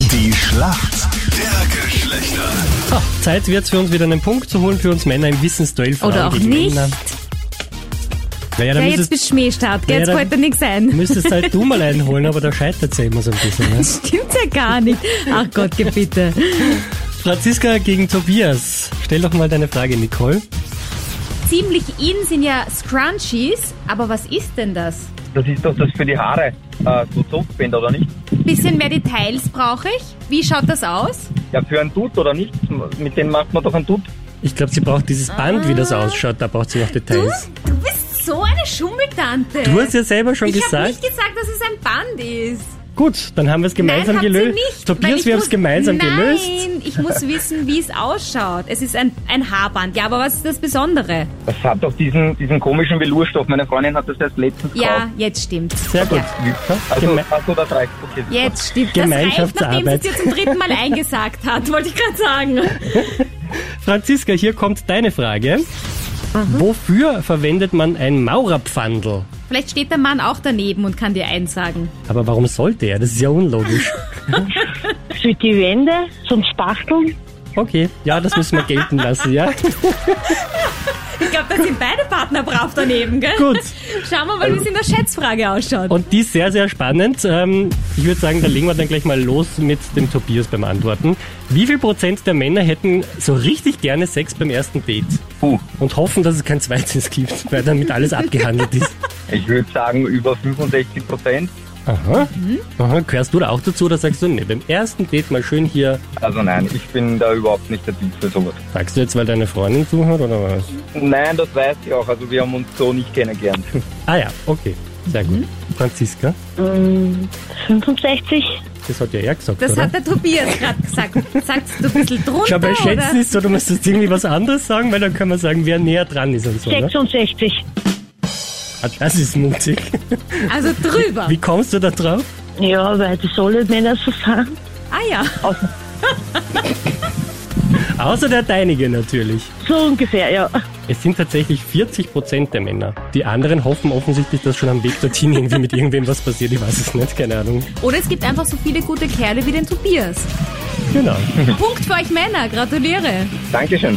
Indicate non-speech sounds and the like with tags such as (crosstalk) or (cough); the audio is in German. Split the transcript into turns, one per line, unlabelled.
Die Schlacht der Geschlechter.
So, (laughs) Zeit wird's für uns wieder einen Punkt zu holen für uns Männer im Wissensduell. Frauen
Oder auch
gegen
nicht.
Männer. Naja, da
Ja, jetzt
müsstest,
bist Schmähstart,
Ja,
gell? Jetzt
dann-
fällt dir
(laughs)
nichts ein.
müsstest halt du mal einholen, aber da scheitert's ja immer so ein bisschen.
(laughs)
Ne?
Stimmt's ja gar nicht. Ach Gott, gebitte.
Franziska gegen Tobias. Stell doch mal deine Frage, Nicole.
Ziemlich in sind ja Scrunchies, aber was ist denn das?
Das ist doch das für die Haare, äh, so Zopfbänder oder nicht?
Bisschen mehr Details brauche ich. Wie schaut das aus?
Ja, für einen Tut oder nicht? Mit dem macht man doch einen Tut.
Ich glaube, sie braucht dieses Band, wie
Ah.
das ausschaut. Da braucht sie noch
Du,
Details.
du bist so eine Schummeltante.
Du hast ja selber schon
ich habe
gesagt.
nicht gesagt, dass es ein Band ist.
Gut, dann haben wir es gemeinsam
Nein, hat sie
gelöst.
nicht. weil
Tobias,
ich
wir haben
muss-
es gemeinsam
Nein,
gelöst.
Nein,
(laughs)
ich muss wissen, wie es ausschaut. Es ist ein, ein Haarband. Ja, aber was ist das Besondere?
Das hat doch diesen, diesen komischen Velourstoff. Meine Freundin hat das erst letztens
Ja,
gekauft.
jetzt stimmt.
Sehr gut.
Also,
Geme-
also das reicht. Okay, super.
Jetzt stimmt. Das reicht, nachdem sie
Gemeinschaftsarbeit.
es dir zum dritten Mal eingesagt hat, wollte ich gerade sagen.
Franziska, hier kommt deine Frage. Wofür verwendet man ein Maurerpfandel?
Vielleicht steht der Mann auch daneben und kann dir eins sagen.
Aber warum sollte er? Das ist ja unlogisch.
Für die Wände zum Spachteln?
Okay, ja, das müssen wir gelten lassen, ja?
Ich glaube, da sind beide Partner brav daneben, gell?
Gut. Also-
Schauen wir mal, wie es in der Schätzfrage ausschaut.
Und die ist sehr, sehr spannend. Ähm, ich würde sagen, da legen wir dann gleich mal los mit dem Tobias beim Antworten. Wie viel Prozent der Männer hätten so richtig gerne Sex beim ersten Date?
Puh,
Und hoffen, dass es kein zweites gibt, weil damit alles abgehandelt ist.
ich würde sagen über 65 Prozent.
Aha. Mhm. Aha. Gehörst du da auch dazu oder sagst du, nee, beim ersten Date mal schön hier,
Also nein, ich bin da überhaupt nicht der Typ für sowas.
sagst du jetzt, weil deine Freundin zuhört oder was?
Nein, das weiß ich auch. Also wir haben uns so nicht kennengelernt. (laughs)
Ah ja, okay. Sehr gut. Franziska,
Ähm, 65?
das hat ja er gesagt,
das
oder?
hat der Tobias gerade gesagt. Sagst du ein bisschen drunter,
Schau, bei
oder?
Schätzen ist so, du musstest irgendwie was anderes sagen, weil dann können wir sagen, wer näher dran ist und so. Ne?
66?
Ah, das ist mutig.
Also drüber.
Wie kommst du da drauf?
Ja, weil die sollen Männer so sind.
Ah ja.
Außer der deinige natürlich.
So ungefähr, ja.
Es sind tatsächlich 40% der Männer. Die anderen hoffen offensichtlich, dass schon am Weg dorthin irgendwie mit irgendwem was passiert. Ich weiß es nicht, keine Ahnung.
Oder es gibt einfach so viele gute Kerle wie den Tobias.
Genau.
Punkt für euch Männer. Gratuliere.
Dankeschön.